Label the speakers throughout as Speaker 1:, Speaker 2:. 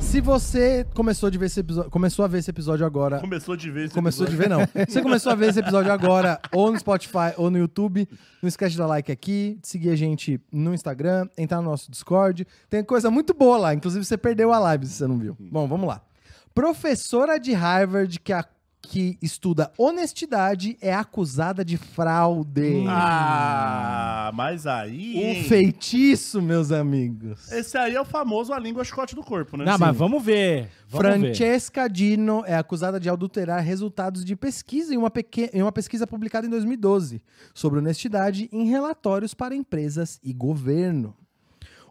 Speaker 1: Se você começou de ver esse episódio, começou a ver esse episódio agora,
Speaker 2: Começou de vez. esse
Speaker 1: começou de
Speaker 2: episódio.
Speaker 1: ver não. Você começou a ver esse episódio agora, ou no Spotify, ou no YouTube, não esquece de dar like aqui, de seguir a gente no Instagram, entrar no nosso Discord. Tem coisa muito boa lá, inclusive você perdeu a live se você não viu. Bom, vamos lá. Professora de Harvard que a- que estuda honestidade é acusada de fraude.
Speaker 2: Ah, mas aí.
Speaker 1: Um
Speaker 2: hein?
Speaker 1: feitiço, meus amigos.
Speaker 2: Esse aí é o famoso a língua chicote do corpo, né?
Speaker 3: Não, mas vamos ver. Vamos ver.
Speaker 1: Francesca Dino é acusada de adulterar resultados de pesquisa em uma, peque- em uma pesquisa publicada em 2012 sobre honestidade em relatórios para empresas e governo.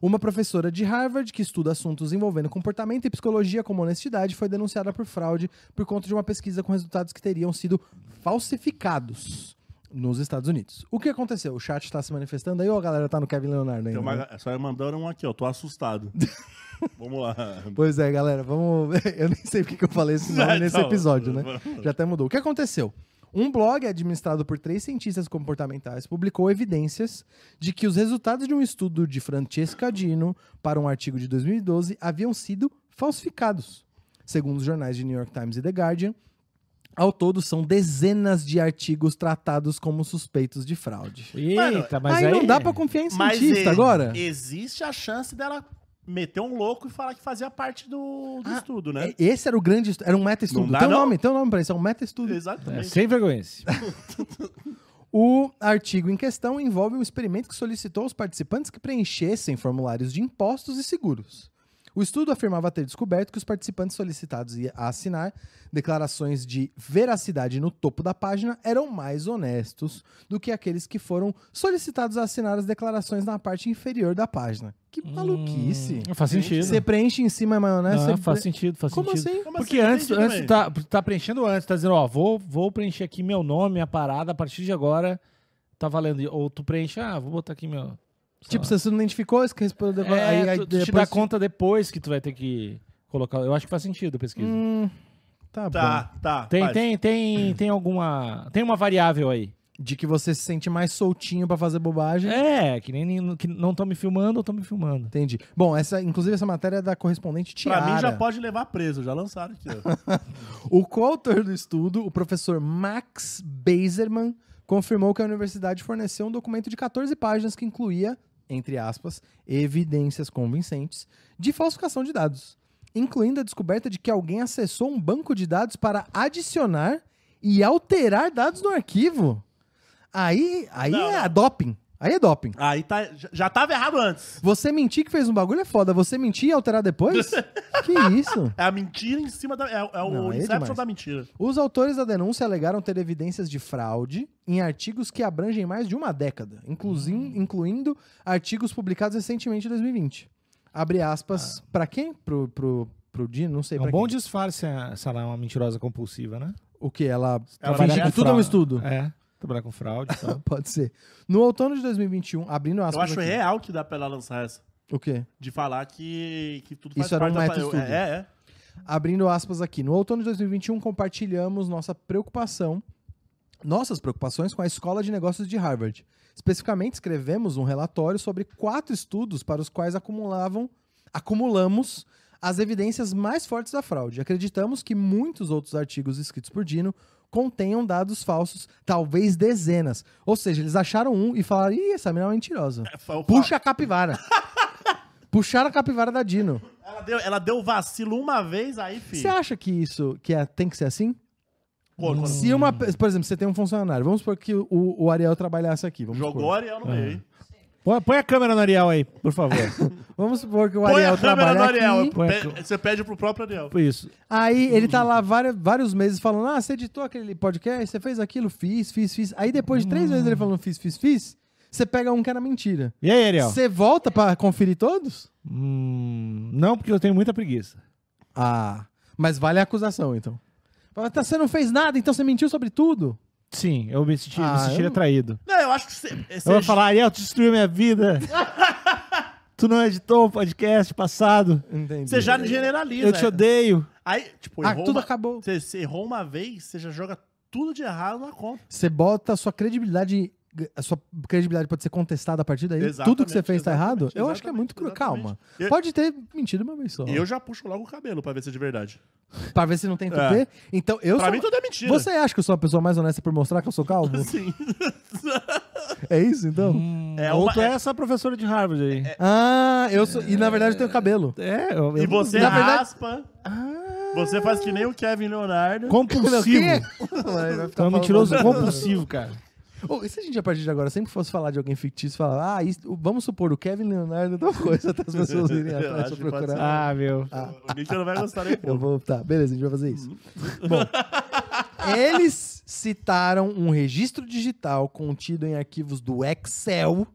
Speaker 1: Uma professora de Harvard que estuda assuntos envolvendo comportamento e psicologia como honestidade foi denunciada por fraude por conta de uma pesquisa com resultados que teriam sido falsificados nos Estados Unidos. O que aconteceu? O chat está se manifestando aí ou a galera tá no Kevin Leonardo
Speaker 2: Tem
Speaker 1: ainda?
Speaker 2: uma... Só mandaram um aqui, ó. Tô assustado. vamos lá.
Speaker 1: Pois é, galera, vamos. Eu nem sei porque que eu falei esse nome
Speaker 2: É,
Speaker 1: nesse
Speaker 2: então,
Speaker 1: episódio, né?
Speaker 2: vamos.
Speaker 1: Já até mudou. O que aconteceu? Um blog administrado por três cientistas comportamentais publicou evidências de que os resultados de um estudo de Francesca Dino para um artigo de 2012 haviam sido falsificados. Segundo os jornais de New York Times e The Guardian, ao todo são dezenas de artigos tratados como suspeitos de fraude.
Speaker 3: Eita, mas
Speaker 1: aí,
Speaker 3: aí,
Speaker 1: não dá pra confiar em
Speaker 2: Mas é
Speaker 1: cientista
Speaker 2: e-
Speaker 1: agora?
Speaker 2: Existe a chance dela meter um louco e falar que fazia parte do, do
Speaker 1: Ah,
Speaker 2: estudo, né?
Speaker 1: E- Esse era o grande estudo. Era um meta-estudo.
Speaker 2: Não dá,
Speaker 1: Tem um
Speaker 2: não.
Speaker 1: nome, tem um nome pra isso. É um meta-estudo.
Speaker 3: É,
Speaker 2: Exatamente.
Speaker 3: sem vergonhice.
Speaker 1: O artigo em questão envolve um experimento que solicitou aos participantes que preenchessem formulários de impostos e seguros. O estudo afirmava ter descoberto que os participantes solicitados a assinar declarações de veracidade no topo da página eram mais honestos do que aqueles que foram solicitados a assinar as declarações na parte inferior da página. Que maluquice!
Speaker 3: Hum, faz sentido.
Speaker 1: Você preenche em cima é
Speaker 3: Não,
Speaker 1: maionese? você
Speaker 3: faz sentido, faz
Speaker 1: Como
Speaker 3: sentido.
Speaker 1: assim?
Speaker 2: Como
Speaker 3: Porque
Speaker 2: assim?
Speaker 3: antes,
Speaker 2: Entendi também.
Speaker 3: antes tá, tá preenchendo antes, tá dizendo, ó, vou, vou preencher aqui meu nome, a parada, a partir de agora tá valendo. Ou tu preenche, ah, vou botar aqui meu. sei
Speaker 1: Tipo,
Speaker 3: lá.
Speaker 1: você não identificou isso que respondeu?
Speaker 3: É,
Speaker 1: aí, aí
Speaker 3: tu, tu te
Speaker 1: depois
Speaker 3: dá
Speaker 1: te-
Speaker 3: conta depois que tu vai ter que colocar. Eu acho que faz sentido a pesquisa.
Speaker 1: Hum, tá, bom.
Speaker 2: Tá, tá.
Speaker 3: tem,
Speaker 2: faz.
Speaker 3: tem, tem, tem alguma. Tem uma variável aí.
Speaker 1: De que você se sente mais soltinho pra fazer bobagem.
Speaker 3: É, que nem que não estão me filmando ou estão me filmando.
Speaker 1: Entendi. Bom, essa, inclusive essa matéria é da correspondente
Speaker 2: Pra
Speaker 1: Tiara.
Speaker 2: mim já pode levar preso, já lançaram aqui. ó.
Speaker 1: O coautor do estudo, o professor Max Beiserman, confirmou que a universidade forneceu um documento de 14 páginas que incluía, entre aspas, evidências convincentes de falsificação de dados, incluindo a descoberta de que alguém acessou um banco de dados para adicionar e alterar dados no arquivo. Aí, aí
Speaker 2: Não,
Speaker 1: é
Speaker 2: não.
Speaker 1: doping. Aí é doping.
Speaker 2: Aí tá, já, já tava errado antes.
Speaker 1: Você mentir que fez um bagulho é foda. Você mentir e alterar depois? que isso?
Speaker 2: É a mentira em cima da. É, é
Speaker 1: Não,
Speaker 2: o
Speaker 1: aí é
Speaker 2: inception
Speaker 1: demais.
Speaker 2: da mentira.
Speaker 1: Os autores da denúncia alegaram ter evidências de fraude em artigos que abrangem mais de uma década, inclusi-
Speaker 2: Hum.
Speaker 1: incluindo artigos publicados recentemente em 2020. Abre aspas,
Speaker 2: Ah.
Speaker 1: pra quem? Pro, pro, pro Dino? Não sei.
Speaker 3: É
Speaker 1: pra
Speaker 3: um bom
Speaker 1: quem.
Speaker 3: disfarce, a- sei lá, uma mentirosa compulsiva, né?
Speaker 1: O que? Ela, ela
Speaker 3: Trabalhar
Speaker 1: finge
Speaker 3: com
Speaker 1: que tudo é um
Speaker 3: fraude.
Speaker 1: estudo.
Speaker 3: É, trabalhar com fraude e tal.
Speaker 1: Pode ser. No outono de 2021, abrindo aspas.
Speaker 2: Eu acho
Speaker 1: aqui.
Speaker 2: real que dá pra ela lançar essa.
Speaker 1: O quê?
Speaker 2: De falar que, que tudo
Speaker 1: Isso era um
Speaker 2: parte da-
Speaker 1: meta-estudo.
Speaker 2: É, é.
Speaker 1: Abrindo aspas aqui. No outono de 2021, compartilhamos nossa preocupação, nossas preocupações com a Escola de Negócios de Harvard. Especificamente, escrevemos um relatório sobre quatro estudos para os quais acumulavam, acumulamos as evidências mais fortes da fraude. Acreditamos que muitos outros artigos escritos por Dino contenham dados falsos, talvez dezenas. Ou seja, eles acharam um e falaram: ih, essa menina é uma mentirosa.
Speaker 2: Fa-
Speaker 1: Puxa a capivara. Puxaram a capivara da Dino.
Speaker 2: Ela deu, ela deu vacilo uma vez aí,
Speaker 1: Você é
Speaker 2: filho.
Speaker 1: acha que isso que é- tem que ser assim?
Speaker 2: Pô, quando
Speaker 1: Se uma, pe- por exemplo, você tem um funcionário, vamos supor que o, o Ariel trabalhasse aqui. Vamos
Speaker 2: jogou
Speaker 1: Supor.
Speaker 2: Ariel no meio. hein?
Speaker 3: Põe, põe a câmera no Ariel aí, por favor.
Speaker 1: Vamos supor que o
Speaker 2: Põe
Speaker 1: Ariel
Speaker 2: a câmera no
Speaker 1: trabalha
Speaker 2: Ariel.
Speaker 1: aqui.
Speaker 3: Põe a
Speaker 2: Pe-
Speaker 3: câmera.
Speaker 2: Você pede pro próprio Ariel.
Speaker 3: Por isso.
Speaker 1: Aí ele tá lá vários, vários meses falando: Ah, você editou aquele podcast, você fez aquilo, fiz, fiz, fiz. Aí depois de três vezes ele falando fiz, fiz, fiz, você pega um que era mentira.
Speaker 3: E aí, Ariel?
Speaker 1: Você volta pra conferir todos?
Speaker 3: Hum, não, porque eu tenho muita preguiça.
Speaker 1: Ah, mas vale a acusação então. Fala, "Tá, Você não fez nada, então você mentiu sobre tudo?
Speaker 3: Sim, eu me senti,
Speaker 1: Ah,
Speaker 3: me sentiria
Speaker 1: eu-
Speaker 3: traído.
Speaker 2: Não, eu acho que você.
Speaker 3: Eu vou falar, Ariel, tu destruiu minha vida. tu não editou o podcast passado.
Speaker 1: Entendi.
Speaker 2: Você já generaliza. é.
Speaker 3: Eu te odeio.
Speaker 2: Aí, tipo,
Speaker 1: Ah,
Speaker 2: errou
Speaker 1: tudo
Speaker 2: uma-
Speaker 1: acabou.
Speaker 2: Você, você errou uma vez, você já joga tudo de errado na conta.
Speaker 1: Você bota a sua credibilidade. A sua credibilidade pode ser contestada a partir daí.
Speaker 2: Exatamente,
Speaker 1: Tudo que você fez tá errado.
Speaker 2: exatamente,
Speaker 1: Eu acho que é muito cru.
Speaker 2: exatamente.
Speaker 1: Calma.
Speaker 2: Eu-
Speaker 1: Pode ter mentido uma vez só.
Speaker 2: E eu já puxo logo o cabelo pra ver se é de verdade.
Speaker 1: Pra ver se não tem tudo.
Speaker 2: É.
Speaker 1: Então, eu
Speaker 2: pra
Speaker 1: sou.
Speaker 2: mim tudo é mentira.
Speaker 1: Você acha que eu sou a pessoa mais honesta por mostrar que eu sou calvo?
Speaker 2: Sim.
Speaker 1: é isso, então?
Speaker 2: É
Speaker 3: Ou
Speaker 2: uma-
Speaker 3: tu é
Speaker 2: é-
Speaker 3: essa professora de Harvard aí.
Speaker 1: Ah, eu sou. E na verdade eu tenho cabelo.
Speaker 3: É, eu,
Speaker 2: E
Speaker 3: eu-
Speaker 2: você
Speaker 1: Na verdade- Ah.
Speaker 2: raspa. Você faz que nem o Kevin Leonardo.
Speaker 1: Não, quem é?
Speaker 3: Compulsivo.
Speaker 1: Vai
Speaker 3: Tu é
Speaker 1: ficar
Speaker 3: um mentiroso
Speaker 1: falando- Então
Speaker 3: compulsivo, cara.
Speaker 1: Ô, e se a gente, a partir de agora, sempre fosse falar de alguém fictício, falar, ah, isso- vamos supor, o Kevin Leonardo tal coisa, até as pessoas irem
Speaker 2: Eu
Speaker 1: atrás pra
Speaker 2: acho que pode
Speaker 1: procurar.
Speaker 3: Ah, meu.
Speaker 2: O Nick não vai gostar nem um
Speaker 1: Eu
Speaker 2: pouco.
Speaker 1: vou. Tá, beleza, a gente vai fazer isso. Bom, eles citaram um registro digital contido em arquivos do Excel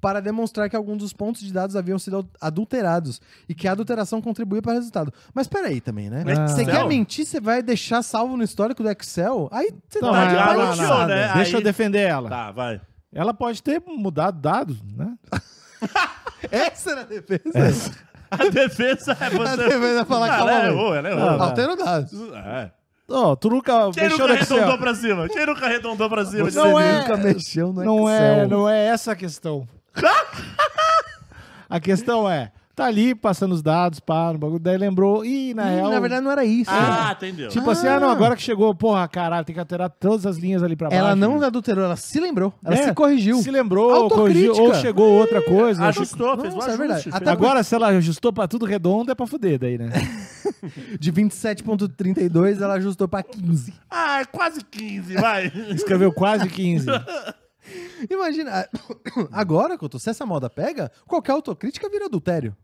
Speaker 1: para demonstrar que alguns dos pontos de dados haviam sido adulterados e que a adulteração contribuía para o resultado. Mas peraí também, né?
Speaker 2: Mas
Speaker 1: Você
Speaker 2: Excel?
Speaker 1: quer mentir, você vai deixar salvo no histórico do Excel? Aí você
Speaker 3: Não,
Speaker 1: tá
Speaker 3: mas
Speaker 1: de
Speaker 3: ela-
Speaker 2: não,
Speaker 1: palhaçada.
Speaker 2: não, né?
Speaker 3: Deixa
Speaker 2: Aí-
Speaker 3: eu defender ela.
Speaker 2: Tá, vai.
Speaker 3: Ela pode ter mudado dados, né?
Speaker 1: Essa era a defesa.
Speaker 2: A defesa é
Speaker 1: A
Speaker 2: você.
Speaker 1: defesa é falar,
Speaker 2: Ah,
Speaker 1: calma,
Speaker 2: ela
Speaker 1: velho.
Speaker 2: errou, ela errou.
Speaker 3: Ah,
Speaker 1: Altera o dado.
Speaker 2: É.
Speaker 3: Ó, tu nunca
Speaker 2: Quem
Speaker 3: mexeu
Speaker 2: nunca
Speaker 3: no
Speaker 2: arredondou
Speaker 3: Excel.
Speaker 2: pra cima? Quem nunca arredondou pra cima?
Speaker 3: Você Não é-
Speaker 1: nunca mexeu no
Speaker 3: Não
Speaker 1: Excel.
Speaker 3: é, não é essa a questão. a questão é, tá ali passando os dados, pá, no bagulho, daí lembrou, ih, na
Speaker 1: Hum,
Speaker 3: real...
Speaker 1: Na verdade, não era isso.
Speaker 2: Ah, entendeu.
Speaker 3: Tipo assim, ah, não, agora que chegou, porra, caralho, tem que alterar todas as linhas ali pra
Speaker 2: Tá
Speaker 3: baixo.
Speaker 1: Ela
Speaker 2: né?
Speaker 1: não adulterou, ela se lembrou. Ela
Speaker 3: É,
Speaker 1: se corrigiu.
Speaker 3: Se lembrou, corrigiu, ou
Speaker 1: Autocrítica.
Speaker 3: chegou outra coisa.
Speaker 2: Ajustou, fez
Speaker 1: Nossa,
Speaker 2: um
Speaker 1: é
Speaker 2: ajuste.
Speaker 1: verdade.
Speaker 2: fez-
Speaker 1: Até
Speaker 3: Agora, se ela ajustou pra tudo redondo, é pra fuder daí, né?
Speaker 1: De 27,32, ela ajustou pra 15.
Speaker 2: Ah, é quase 15, vai.
Speaker 3: Escreveu quase 15.
Speaker 1: Imagina. a- Agora, Couto, se essa moda pega, qualquer autocrítica vira adultério.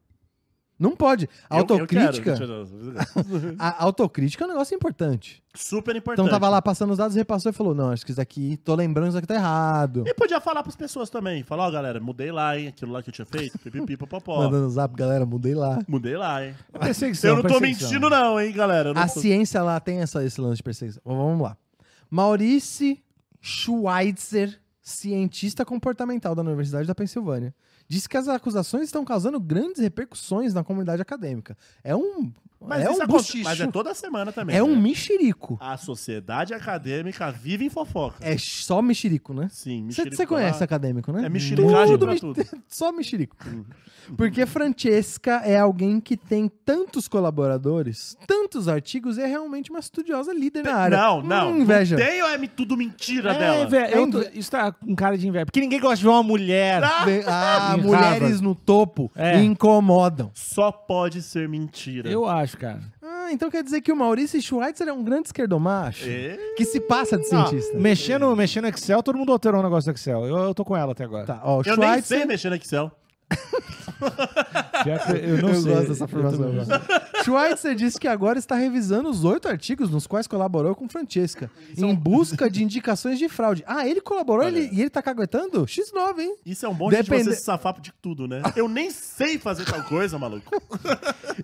Speaker 1: Não pode. A
Speaker 2: Eu- eu quero,
Speaker 1: autocrítica,
Speaker 2: deixa eu-
Speaker 1: a autocrítica é um negócio importante.
Speaker 2: Super importante.
Speaker 1: Então tava lá passando os dados, repassou e falou: Não, acho que isso aqui, tô lembrando, isso aqui tá errado.
Speaker 2: E podia falar pras pessoas também. Falar, ó, galera, mudei lá, hein? Aquilo lá que eu tinha feito, pipipi, popopó.
Speaker 1: Mandando zap, galera, mudei lá.
Speaker 2: Mudei lá, hein?
Speaker 3: É perseguição,
Speaker 2: Eu não tô
Speaker 3: perseguição.
Speaker 2: mentindo, não, hein, galera. Eu não
Speaker 1: A
Speaker 2: tô-
Speaker 1: ciência lá tem essa, esse lance de perseguição. Mas Vamos lá. Maurice Schweitzer, cientista comportamental da Universidade da Pensilvânia, disse que as acusações estão causando grandes repercussões na comunidade acadêmica. É um.
Speaker 2: Mas
Speaker 1: é
Speaker 2: isso
Speaker 1: um
Speaker 2: acontece-
Speaker 1: buchicho.
Speaker 2: Mas é toda semana também.
Speaker 1: É
Speaker 2: né?
Speaker 1: um mexerico.
Speaker 2: A sociedade acadêmica vive em fofoca.
Speaker 1: É só mexerico, né?
Speaker 2: Sim, mexerico
Speaker 1: Você
Speaker 2: pra
Speaker 1: conhece
Speaker 2: lá.
Speaker 1: acadêmico, né?
Speaker 2: É mexericagem
Speaker 1: Tudo
Speaker 2: pra
Speaker 1: mex-
Speaker 2: tudo.
Speaker 1: Só mexerico. Porque Francesca é alguém que tem tantos colaboradores, tantos artigos e é realmente uma estudiosa líder na área.
Speaker 2: Não, não.
Speaker 1: Hum, inveja.
Speaker 2: Não tem ou é me- tudo mentira
Speaker 3: É,
Speaker 2: dela?
Speaker 3: velho, eu tô-
Speaker 1: É
Speaker 3: isso tá com cara de inveja. Porque ninguém gosta de ver uma mulher.
Speaker 1: Vem- Ah,
Speaker 3: Em
Speaker 1: mulheres
Speaker 3: Harvard.
Speaker 1: no topo
Speaker 3: É.
Speaker 1: incomodam.
Speaker 2: Só pode ser mentira.
Speaker 3: Eu acho, cara.
Speaker 1: Ah, então quer dizer que o Maurício Schweitzer é um grande esquerdomacho
Speaker 2: É.
Speaker 1: que se passa de
Speaker 3: Não,
Speaker 1: cientista.
Speaker 3: mexendo, mexendo no Excel, todo mundo alterou o negócio do Excel. Eu, eu tô com ela até agora.
Speaker 1: Tá, ó, o
Speaker 2: Eu nem sei
Speaker 1: Schweitzer.
Speaker 2: mexer no Excel.
Speaker 3: Pior que Eu, não
Speaker 1: Eu
Speaker 3: sei.
Speaker 1: gosto dessa formação.
Speaker 3: Eu tô-
Speaker 1: Schweitzer disse que agora está revisando os oito artigos nos quais colaborou com Francesca, em busca de indicações de fraude. Ah, ele colaborou
Speaker 2: Olha.
Speaker 1: ele- e ele tá caguetando? X9, hein?
Speaker 2: Isso é um bom jeito de
Speaker 1: Depende-
Speaker 2: você se safar de tudo, né? Eu nem sei fazer tal coisa, maluco.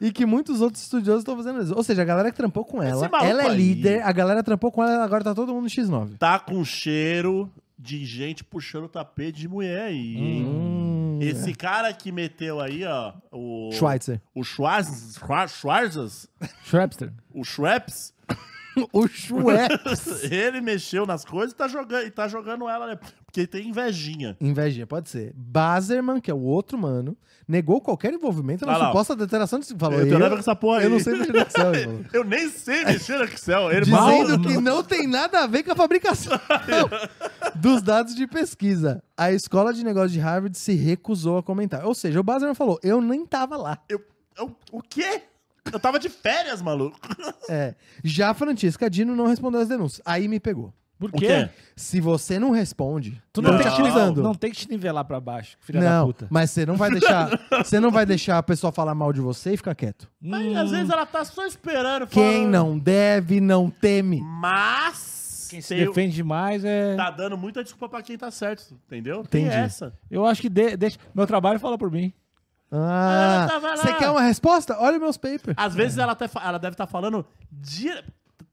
Speaker 1: E que muitos outros estudiosos estão fazendo isso. Ou seja, a galera que trampou com ela,
Speaker 2: maluco
Speaker 1: ela é
Speaker 2: aí.
Speaker 1: líder, a galera trampou com ela, agora tá todo mundo no X9.
Speaker 2: Tá com cheiro de gente puxando o tapete de mulher aí. hein?
Speaker 1: Hum,
Speaker 2: Esse cara que meteu aí, ó, o.
Speaker 1: Schweitzer.
Speaker 2: O Schwarz, Schwa- Schwarzes,
Speaker 3: Shrapster.
Speaker 2: o Schweppes,
Speaker 1: O Schweitzer.
Speaker 2: ele mexeu nas coisas e tá jogando, e tá jogando ela, né? Porque ele tem invejinha.
Speaker 1: Invejinha, pode ser. Baserman, que é o outro mano, negou qualquer envolvimento na
Speaker 2: Olha lá, ó.
Speaker 1: suposta determinação de... Falou,
Speaker 2: Eu
Speaker 1: eu,
Speaker 2: tenho nada com essa porra aí.
Speaker 1: eu não sei mexer no Excel, ele tá falou.
Speaker 2: Eu nem sei mexer no Excel. Ele mal-
Speaker 1: Dizendo que não tem nada a ver com a fabricação dos dados de pesquisa. A escola de negócios de Harvard se recusou a comentar. Ou seja, o Baserman falou, eu nem tava lá.
Speaker 2: Eu- eu- o quê? Eu tava de férias, maluco.
Speaker 1: É. Já a Francisca Dino não respondeu as denúncias. Aí me pegou.
Speaker 3: Por
Speaker 2: O
Speaker 3: quê?
Speaker 2: quê?
Speaker 1: Se você não responde,
Speaker 3: Tu não,
Speaker 2: Não.
Speaker 3: tem que te
Speaker 1: Não.
Speaker 3: não tem que te nivelar pra baixo, filha da
Speaker 1: não,
Speaker 3: puta.
Speaker 1: mas você não vai deixar, você não vai deixar a pessoa falar mal de você e ficar quieto.
Speaker 2: Mas às vezes ela tá só esperando.
Speaker 1: Hum. Quem
Speaker 2: falando-
Speaker 1: não deve não teme.
Speaker 2: Mas.
Speaker 3: Quem se
Speaker 2: tem-
Speaker 3: defende demais é.
Speaker 2: Tá dando muita desculpa pra quem tá certo, entendeu? Tem
Speaker 1: Entendi.
Speaker 2: essa.
Speaker 3: Eu acho que de- deixa. Meu trabalho fala por mim.
Speaker 1: Ah,
Speaker 2: Ah, tava lá.
Speaker 1: você quer uma resposta? Olha meus papers.
Speaker 2: Às vezes ela, até fa- ela deve estar falando. tá Dire...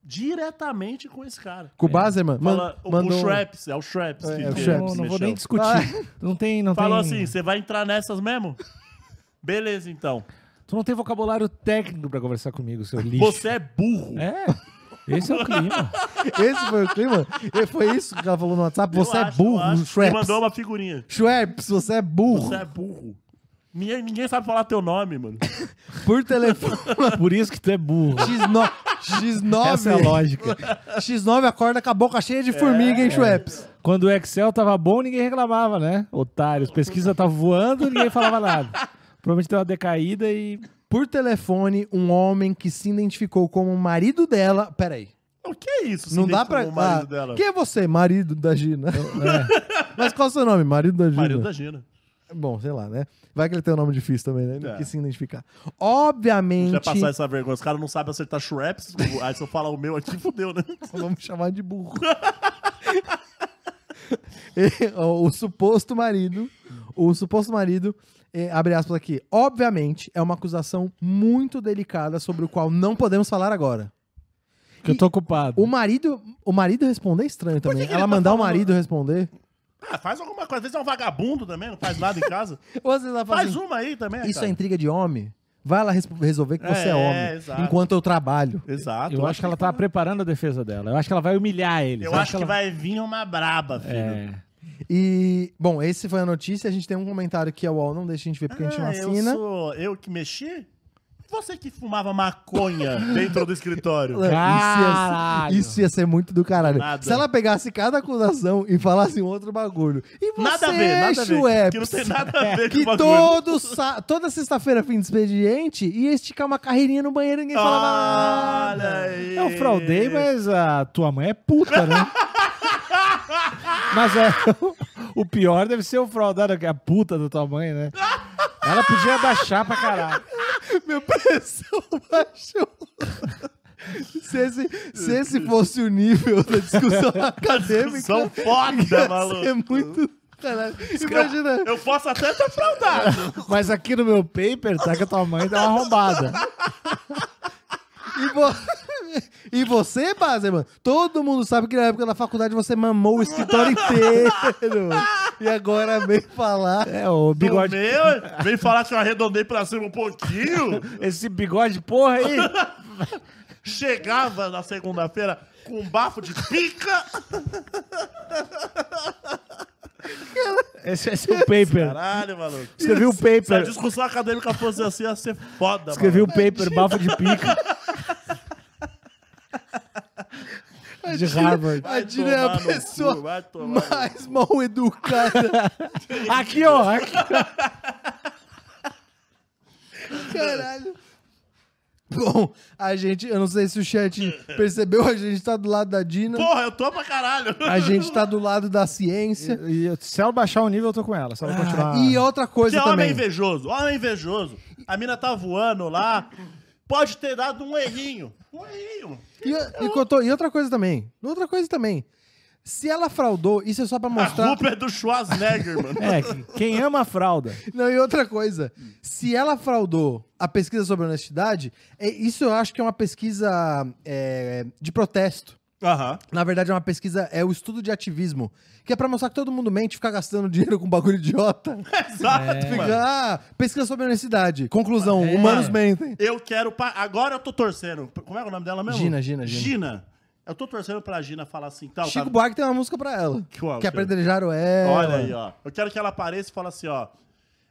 Speaker 2: diretamente com esse cara.
Speaker 3: É.
Speaker 1: Com o Bazerman, man-
Speaker 2: Fala, o,
Speaker 1: mandou...
Speaker 2: o Shraps, é o Shraps
Speaker 1: um- É,
Speaker 2: que,
Speaker 1: é o
Speaker 2: que
Speaker 1: Shraps.
Speaker 3: Não,
Speaker 2: se
Speaker 3: não vou
Speaker 2: mexeu.
Speaker 3: nem discutir. Não tem, não
Speaker 2: Falou
Speaker 3: tem.
Speaker 2: assim, você vai entrar nessas mesmo? Beleza, então.
Speaker 3: Tu não tem vocabulário técnico pra conversar comigo, seu lixo.
Speaker 2: Você é burro.
Speaker 3: É. Esse é o clima.
Speaker 1: Esse foi o clima? E Foi isso que ela falou no WhatsApp?
Speaker 2: Eu
Speaker 1: Você é
Speaker 2: acho, eu
Speaker 1: burro,
Speaker 2: acho.
Speaker 1: Shraps.
Speaker 2: Me mandou uma figurinha.
Speaker 1: Schweppes, você é burro.
Speaker 2: Você é burro. Ninguém, ninguém sabe falar teu nome, mano.
Speaker 1: Por telefone.
Speaker 3: Por isso que tu é burro.
Speaker 1: X9. X9.
Speaker 3: Essa é a lógica. É.
Speaker 1: X9 acorda com a boca cheia de formiga, hein, Schweppes?
Speaker 3: Quando o Excel tava bom, ninguém reclamava, né? Otários. Pesquisa tava voando, ninguém falava nada. Provavelmente deu uma decaída e.
Speaker 1: Por telefone, um homem que se identificou como marido dela. Peraí.
Speaker 2: O que é isso? se
Speaker 1: não dá pra.
Speaker 2: identificou com o marido
Speaker 1: ah,
Speaker 2: dela.
Speaker 1: Quem é você? Marido da Gina. Mas qual é o seu nome? Marido da Gina.
Speaker 2: Marido da Gina.
Speaker 1: Bom, sei lá, né? Vai que ele tem um nome difícil também, né? Ele não
Speaker 2: É.
Speaker 1: quis se identificar.
Speaker 2: Vai
Speaker 1: Obviamente.
Speaker 2: passar essa vergonha. Os caras não sabem acertar Shreps. Aí se eu falar o meu aqui, fudeu, né?
Speaker 1: Vamos chamar de burro. E, o, o suposto marido, o suposto marido, eh, abre aspas aqui, obviamente é uma acusação muito delicada sobre o qual não podemos falar agora.
Speaker 3: Que eu tô ocupado.
Speaker 1: O marido, o marido responder é estranho também.
Speaker 2: que que
Speaker 1: Ela
Speaker 2: ele tá
Speaker 1: mandar o
Speaker 2: falando?
Speaker 1: marido responder.
Speaker 2: Ah, faz alguma coisa. Às vezes é um vagabundo também, não faz nada em casa.
Speaker 1: Ou às vezes ela fala
Speaker 2: faz
Speaker 1: assim,
Speaker 2: uma aí também.
Speaker 1: isso é
Speaker 2: cara.
Speaker 1: intriga de homem. Vai lá res- resolver que
Speaker 2: É,
Speaker 1: você é homem,
Speaker 2: exato.
Speaker 1: enquanto eu trabalho.
Speaker 2: Exato.
Speaker 3: Eu acho que ela tá preparando a defesa dela. Eu acho que ela vai humilhar eles.
Speaker 2: Eu acho que vai vir uma braba, filho.
Speaker 3: É.
Speaker 1: E, bom, esse foi a notícia. A gente tem um comentário que a UOL não deixa a gente ver porque a gente não
Speaker 2: Ah,
Speaker 1: assina.
Speaker 2: Eu sou eu que mexi? Você que fumava maconha dentro do escritório.
Speaker 1: Isso ia ser-
Speaker 3: Caralho.
Speaker 1: Isso ia ser muito do caralho.
Speaker 2: Nada.
Speaker 1: Se ela pegasse cada acusação e falasse um outro bagulho. E você,
Speaker 2: Nada a ver, nada a ver. Que não
Speaker 1: Schweppes,
Speaker 2: tem nada a ver
Speaker 1: que
Speaker 2: com o bagulho.
Speaker 1: todo sa- toda sexta-feira, fim de expediente, ia esticar uma carreirinha no banheiro e ninguém falava "É um
Speaker 2: Olha
Speaker 1: nada.
Speaker 2: aí.
Speaker 3: É, Eu fraudei, mas a tua mãe é puta, né? mas é, o pior deve ser o fraudado, que é a puta da tua mãe, né? Ela podia baixar pra caralho.
Speaker 1: "Ah, Meu pressão baixou. se, esse, se esse fosse o nível da discussão acadêmica,
Speaker 2: São foda,
Speaker 1: ia ser
Speaker 2: maluco.
Speaker 1: muito... Caralho, imagina...
Speaker 2: Eu posso até ter fraudado.
Speaker 3: Mas aqui no meu paper tá que a tua mãe deu uma arrombada.
Speaker 1: E, vo- e você, Bazerman? Todo mundo sabe que na época da faculdade você mamou o escritório inteiro. e agora vem falar.
Speaker 3: É,
Speaker 2: Do
Speaker 3: o bigode.
Speaker 2: meu, é, vem falar que eu arredondei pra cima um pouquinho.
Speaker 3: Esse bigode, porra aí.
Speaker 2: Chegava na segunda-feira com um bafo de pica.
Speaker 3: Esse, esse é o paper.
Speaker 2: Caralho, maluco.
Speaker 3: Escrevi o
Speaker 2: Se a
Speaker 3: paper.
Speaker 2: discussão acadêmica fosse assim, ia ser foda,
Speaker 3: Escrevi o
Speaker 2: mano.
Speaker 3: paper, bafo de pica. De Harvard.
Speaker 1: A Dina é a pessoa
Speaker 2: Vai tomar. no cu.
Speaker 1: mais mal educada.
Speaker 3: Aqui, ó. Aqui.
Speaker 1: Caralho. Bom, a gente, eu não sei se o chat percebeu, a gente tá do lado da Dina,
Speaker 2: Porra, eu tô pra caralho.
Speaker 1: a gente tá do lado da ciência.
Speaker 3: E eu- se ela baixar o nível, eu tô com ela. Se ela continuar.
Speaker 1: E outra
Speaker 2: Que
Speaker 1: coisa
Speaker 2: é homem
Speaker 1: também.
Speaker 2: invejoso, homem invejoso. A mina tá voando lá, pode ter dado um errinho. Um errinho.
Speaker 1: E, e contou- e outra coisa também. Outra coisa também. Se ela fraudou, isso é só pra
Speaker 2: A
Speaker 1: mostrar.
Speaker 2: culpa é do Schwarzenegger, mano.
Speaker 3: É, que- quem ama a fralda.
Speaker 1: Não, e outra coisa, se ela fraudou a pesquisa sobre honestidade, é- isso eu acho que é uma pesquisa é, de protesto.
Speaker 2: Aham.
Speaker 1: Na verdade, é uma pesquisa, é o estudo de ativismo, que é pra mostrar que todo mundo mente, ficar gastando dinheiro com bagulho idiota.
Speaker 2: Exato, É, mano.
Speaker 1: Fica, ah, pesquisa sobre honestidade. Conclusão,
Speaker 3: É.
Speaker 1: humanos mentem.
Speaker 2: Eu quero. pa- Agora eu tô torcendo. Como é o nome dela mesmo?
Speaker 1: Gina, Gina, Gina.
Speaker 2: Gina. Eu tô torcendo pra Gina falar assim, tal.
Speaker 1: Chico
Speaker 2: tá...
Speaker 1: Buarque tem uma música pra ela. Que,
Speaker 2: Qual,
Speaker 1: que é
Speaker 2: cara?
Speaker 1: apedrejaram ela.
Speaker 2: Olha aí, ó. Eu quero que ela apareça e fale assim, ó.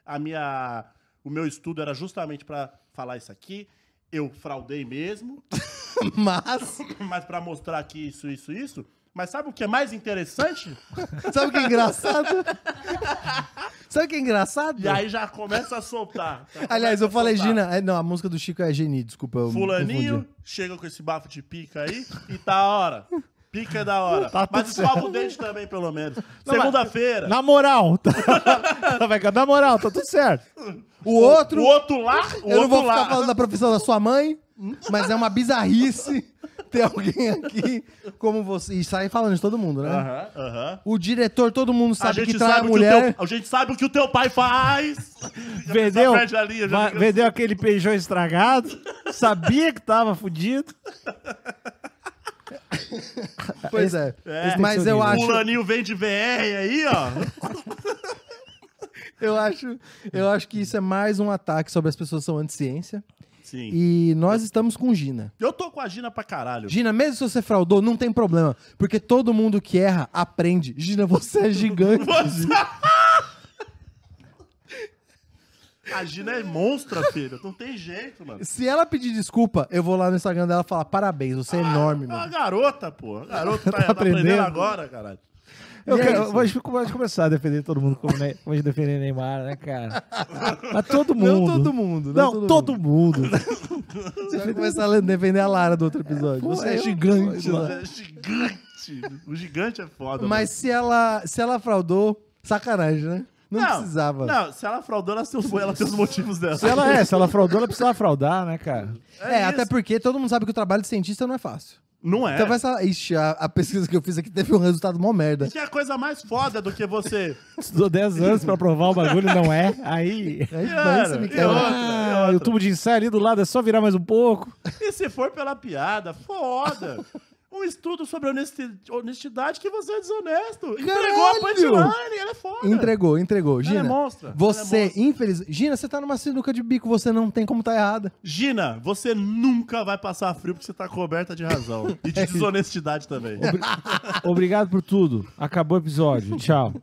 Speaker 2: A minha. O meu estudo era justamente pra falar isso aqui. Eu fraudei mesmo.
Speaker 1: Mas,
Speaker 2: mas pra mostrar aqui isso, isso, isso. Mas sabe o que é mais interessante?
Speaker 1: sabe o que é engraçado? sabe o que é engraçado?
Speaker 2: E aí já começa a soltar. Já começa
Speaker 1: Aliás, eu
Speaker 2: a
Speaker 1: falei
Speaker 2: soltar.
Speaker 1: Gina. é, Não, a música do Chico é Geni, desculpa. eu
Speaker 2: Fulaninho
Speaker 1: confundi.
Speaker 2: chega com esse bafo de pica aí e tá a hora. Pica é da hora.
Speaker 3: Tá
Speaker 2: mas
Speaker 3: tudo
Speaker 2: escova o dente também, pelo menos.
Speaker 3: Não,
Speaker 2: Segunda-feira.
Speaker 3: Na moral. Tá... Ela vai ficar, Na moral, tá tudo certo.
Speaker 1: O outro.
Speaker 2: O outro lá, o
Speaker 1: eu não vou
Speaker 2: outro
Speaker 1: ficar
Speaker 2: lá.
Speaker 1: falando da profissão da sua mãe, mas é uma bizarrice ter alguém aqui como você. E sair falando de todo mundo, né?
Speaker 2: Aham, aham.
Speaker 1: O diretor, todo mundo
Speaker 2: A
Speaker 1: sabe que
Speaker 2: gente
Speaker 1: trai a
Speaker 2: sabe, o que
Speaker 1: mulher.
Speaker 2: o teu, a gente sabe o que o teu pai faz. Já
Speaker 3: Vendeu,
Speaker 2: perde a linha, já
Speaker 3: va-
Speaker 2: fica-
Speaker 3: vendeu aquele Peugeot estragado. Sabia que tava fudido.
Speaker 1: Pois é.
Speaker 2: É.
Speaker 1: Mas eu
Speaker 2: O
Speaker 1: acho,
Speaker 2: Fulaninho vem de VR aí, ó.
Speaker 1: eu acho, eu acho que isso é mais um ataque sobre as pessoas que são anti-ciência.
Speaker 2: Sim.
Speaker 1: E nós estamos com Gina.
Speaker 2: Eu tô com a Gina pra caralho.
Speaker 1: Gina, mesmo se você fraudou, não tem problema, porque todo mundo que erra aprende. Gina, você é gigante. Uhum.
Speaker 2: A Gina é monstra, filho. Não tem jeito, mano.
Speaker 1: Se ela pedir desculpa, eu vou lá no Instagram dela e falar parabéns, você é enorme,
Speaker 2: É uma
Speaker 1: mano.
Speaker 2: garota, pô. A garota tá, tá aprendendo.
Speaker 3: aprendendo.
Speaker 2: agora, caralho.
Speaker 3: Eu
Speaker 1: E é
Speaker 3: quero,
Speaker 1: isso.
Speaker 3: vou, vou começar a defender todo mundo como ne- como a gente defende Neymar, né, cara? Mas todo mundo.
Speaker 1: Não todo mundo.
Speaker 3: Não, todo mundo.
Speaker 1: mundo. Você vai começar a defender a Lara do outro episódio.
Speaker 3: Pô,
Speaker 1: você é
Speaker 3: eu-
Speaker 1: gigante,
Speaker 2: Mas
Speaker 1: Lara.
Speaker 2: É gigante. O gigante é foda.
Speaker 1: Mas
Speaker 2: mano.
Speaker 1: se ela, se ela fraudou, sacanagem, né? Não, precisava.
Speaker 2: Não, se ela fraudou, ela tem, os- ela tem os motivos dela.
Speaker 3: Se ela é, se ela fraudou, ela precisava fraudar, né, cara?
Speaker 1: É,
Speaker 2: isso.
Speaker 1: até porque todo mundo sabe que o trabalho de cientista não é fácil.
Speaker 2: Não é.
Speaker 1: Então essa. Ixi, a, a pesquisa que eu fiz aqui teve um resultado mó merda.
Speaker 2: E que é a coisa mais foda do que você.
Speaker 3: Estudou 10 anos pra provar o bagulho, não é? Aí.
Speaker 1: Aí,
Speaker 2: Cara,
Speaker 1: isso é me
Speaker 2: e
Speaker 1: quebra.
Speaker 2: outra, e
Speaker 3: Ah,
Speaker 2: outra.
Speaker 3: e o tubo de ensaio ali do lado é só virar mais um pouco.
Speaker 2: E se for pela piada, foda. Um estudo sobre honesti- honestidade que você é desonesto. Entregou
Speaker 1: Caralho!
Speaker 2: a punchline, ela é foda.
Speaker 1: Entregou, entregou. Gina,
Speaker 2: é monstra, ela é
Speaker 1: você,
Speaker 2: monstra.
Speaker 1: infelizmente. Gina, você tá numa sinuca de bico, você não tem como tá errada.
Speaker 2: Gina, você nunca vai passar frio porque você tá coberta de razão. E de desonestidade também.
Speaker 3: Obrigado por tudo. Acabou o episódio. Tchau.